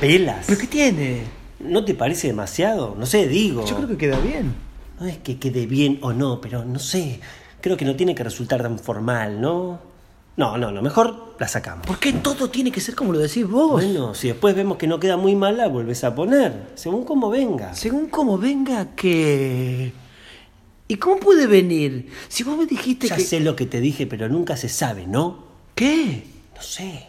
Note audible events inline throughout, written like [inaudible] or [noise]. pelas. ¿Pero qué tiene? ¿No te parece demasiado? No sé, digo. Yo creo que queda bien. No es que quede bien o no, pero no sé. Creo que no tiene que resultar tan formal, ¿no? No, no, no. Mejor la sacamos. ¿Por qué todo tiene que ser como lo decís vos? Bueno, si después vemos que no queda muy mal, la volvés a poner. Según cómo venga. Según como venga que... ¿Y cómo puede venir? Si vos me dijiste Ya que... sé lo que te dije, pero nunca se sabe, ¿no? ¿Qué? No sé.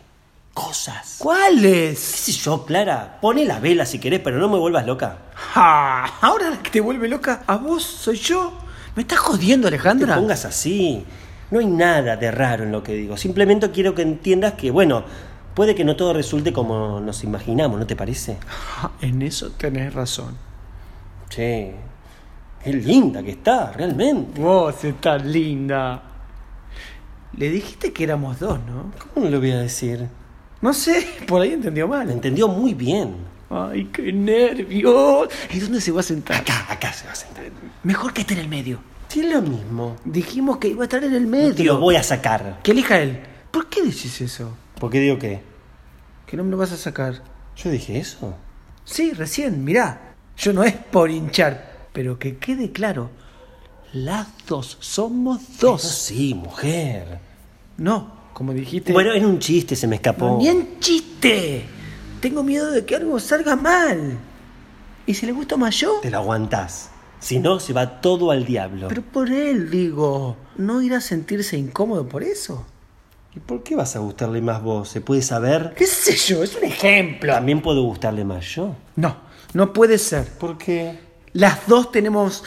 Cosas. ¿Qué ¿Cuáles? sé yo, Clara? Poné la vela si querés, pero no me vuelvas loca. Ja, ahora la que te vuelve loca a vos soy yo. ¿Me estás jodiendo, No te Alejandra? pongas así. No hay nada de raro en lo que digo. Simplemente quiero que entiendas que, bueno, puede que no todo resulte como nos imaginamos, ¿no te parece? Ja, en eso tenés razón. Che, qué linda que está, realmente. Vos estás linda. Le dijiste que éramos dos, ¿no? ¿Cómo no lo voy a decir? No sé, por ahí entendió La mal. entendió muy bien. Ay, qué nervios. ¿Y dónde se va a sentar? Acá, acá se va a sentar. Mejor que esté en el medio. Sí, es lo mismo. Dijimos que iba a estar en el No te medio. lo voy a sacar. Que elija él. ¿Por qué decís eso? ¿Por qué digo qué? Que no me lo vas a sacar. Yo dije eso. Sí, recién, mirá. Yo no es por hinchar, pero que quede claro. Las dos somos No, [laughs] dos. sí, mujer. No, como dijiste. Bueno, era un chiste, se me escapó. ni en chiste. Tengo miedo de que algo salga mal. ¿Y si le gusto más yo? Te lo aguantás. Si no, se va todo al diablo. Pero por él, digo. ¿No irá a sentirse incómodo por eso? ¿Y por qué vas a gustarle más vos? ¿Se puede saber? ¿Qué sé yo? Es un ejemplo. También puedo gustarle más yo. No, no puede ser. ¿Por qué? Las dos tenemos.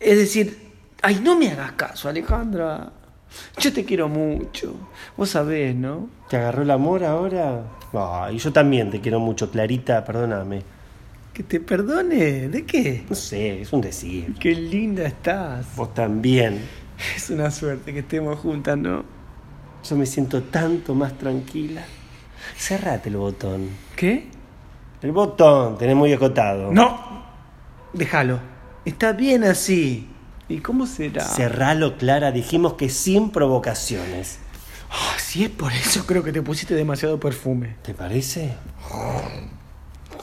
Es decir, ay, no me hagas caso, Alejandra. Yo te quiero mucho. Vos sabés, ¿no? ¿Te agarró el amor ahora? Ay, yo también te quiero mucho, Clarita, perdóname. Que te perdone. ¿De qué? No sé, es un decir. Qué linda estás. Vos también. Es una suerte que estemos juntas, ¿no? Yo me siento tanto más tranquila. Cerrate el botón. ¿Qué? El botón, tenés muy acotado. No. Déjalo. Está bien así. ¿Y cómo será? Cerralo, Clara. Dijimos que sin provocaciones. Ah, si es por eso, creo que te pusiste demasiado perfume. ¿Te parece?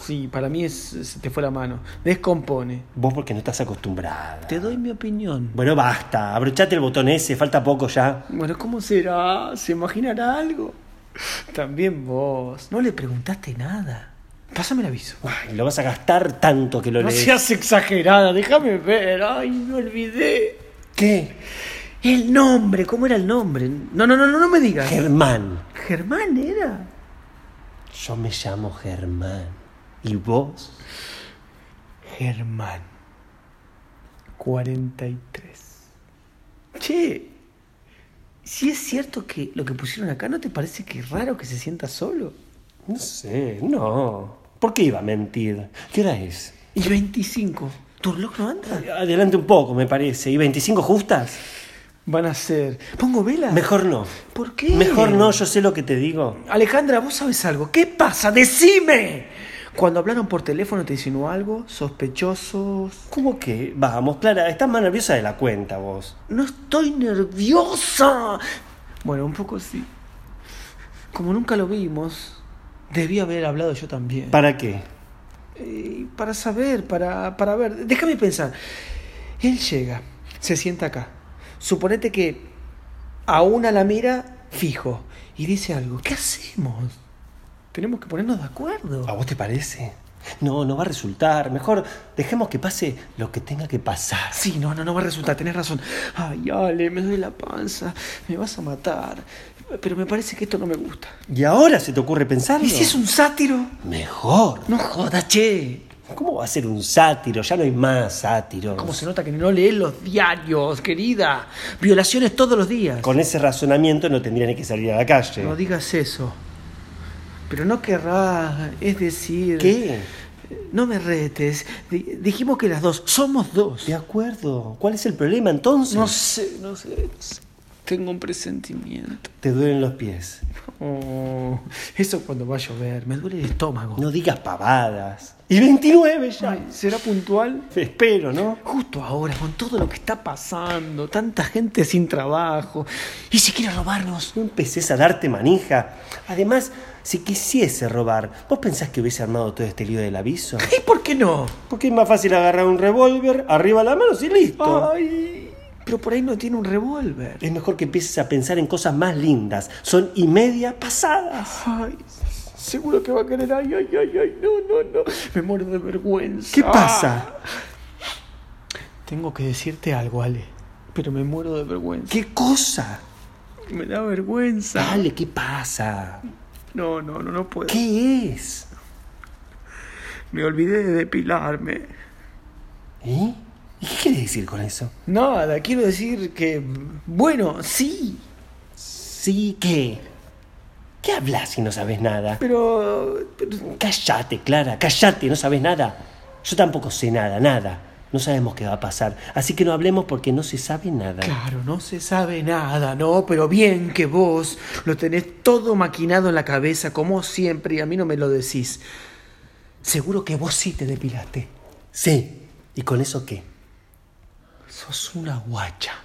Sí, para mí es, se te fue la mano. Descompone. Vos porque no estás acostumbrada. Te doy mi opinión. Bueno, basta. Abrochate el botón ese. Falta poco ya. Bueno, ¿cómo será? ¿Se imaginará algo? También vos. No le preguntaste nada. Pásame el aviso. Ay, lo vas a gastar tanto que lo No lees. seas exagerada, déjame ver. Ay, me olvidé. ¿Qué? El nombre, ¿cómo era el nombre? No, no, no, no, no me digas. Germán. Germán era. Yo me llamo Germán. ¿Y vos? Germán. 43. Che, si es cierto que lo que pusieron acá, ¿no te parece que es raro que se sienta solo? No sé, no. ¿Por qué iba a mentir? ¿Qué hora es? Y 25. ¿Tu reloj no anda? Adelante un poco, me parece. ¿Y 25 justas? Van a ser. ¿Pongo vela? Mejor no. ¿Por qué? Mejor no, yo sé lo que te digo. Alejandra, vos sabes algo. ¿Qué pasa? ¡Decime! Cuando hablaron por teléfono, ¿te insinuó algo? ¿Sospechosos? ¿Cómo que? Vamos, Clara, estás más nerviosa de la cuenta vos. No estoy nerviosa. Bueno, un poco sí. Como nunca lo vimos, debí haber hablado yo también. ¿Para qué? Eh, para saber, para, para ver. Déjame pensar. Él llega, se sienta acá. Suponete que a una la mira fijo y dice algo. ¿Qué hacemos? Tenemos que ponernos de ¿A acuerdo. vos te parece? No, no va a resultar. Mejor dejemos que pase lo que tenga que pasar. Sí, no, no, no va a resultar, tenés razón. Ay, Ale, me duele la panza, me vas a matar. Pero me parece que esto no me gusta. ¿Y ahora se te ocurre pensarlo? ¿Y si es un sátiro? Mejor. Ah, No jodas, che. ¿Cómo va a ser un sátiro? Ya no hay más sátiros. ¿Cómo se nota que no lees los diarios, querida? Violaciones todos los días. Con ese razonamiento no tendrían que salir a la calle. No digas eso. Pero no querrá, es decir... ¿Qué? No me retes. Di- dijimos que las dos, somos dos. De acuerdo. ¿Cuál es el problema entonces? No sé, no sé. no sé. Tengo un presentimiento. Te duelen los pies. Oh, eso cuando va a llover, me duele el estómago. No digas pavadas. Y 29 ya. Ay, ¿Será puntual? Espero, ¿no? Justo ahora, con todo lo que está pasando, tanta gente sin trabajo, y si quiere robarnos. No empecés a darte manija. Además, si quisiese robar, ¿vos pensás que hubiese armado todo este lío del aviso? ¿Y por qué no? Porque es más fácil agarrar un revólver, arriba la mano y listo. Ay, pero por ahí no tiene un revólver. Es mejor que empieces a pensar en cosas más lindas. Son y media pasadas. Ay, seguro que va a querer. Ay, ay, ay, ay, no, no, no. Me muero de vergüenza. Ah, ¿Qué pasa? Tengo que decirte algo, Ale. Pero me muero de vergüenza. ¿Qué cosa? Me da vergüenza. Dale, ¿qué pasa? No, no, no, no puedo. ¿Qué es? Me olvidé de depilarme. ¿Y? ¿Eh? ¿Y qué quiere decir con eso? Nada, quiero decir que. Bueno, sí. Sí, ¿qué? ¿Qué hablas si no sabes nada? Pero. pero- Cállate, Clara, cállate, no sabes nada. Yo tampoco sé nada, nada. No sabemos qué va a pasar. Así que no hablemos porque no se sabe nada. Claro, no se sabe nada, ¿no? Pero bien que vos lo tenés todo maquinado en la cabeza, como siempre, y a mí no me lo decís. Seguro que vos sí te depilaste. Sí. ¿Y con eso qué? Sos una guacha.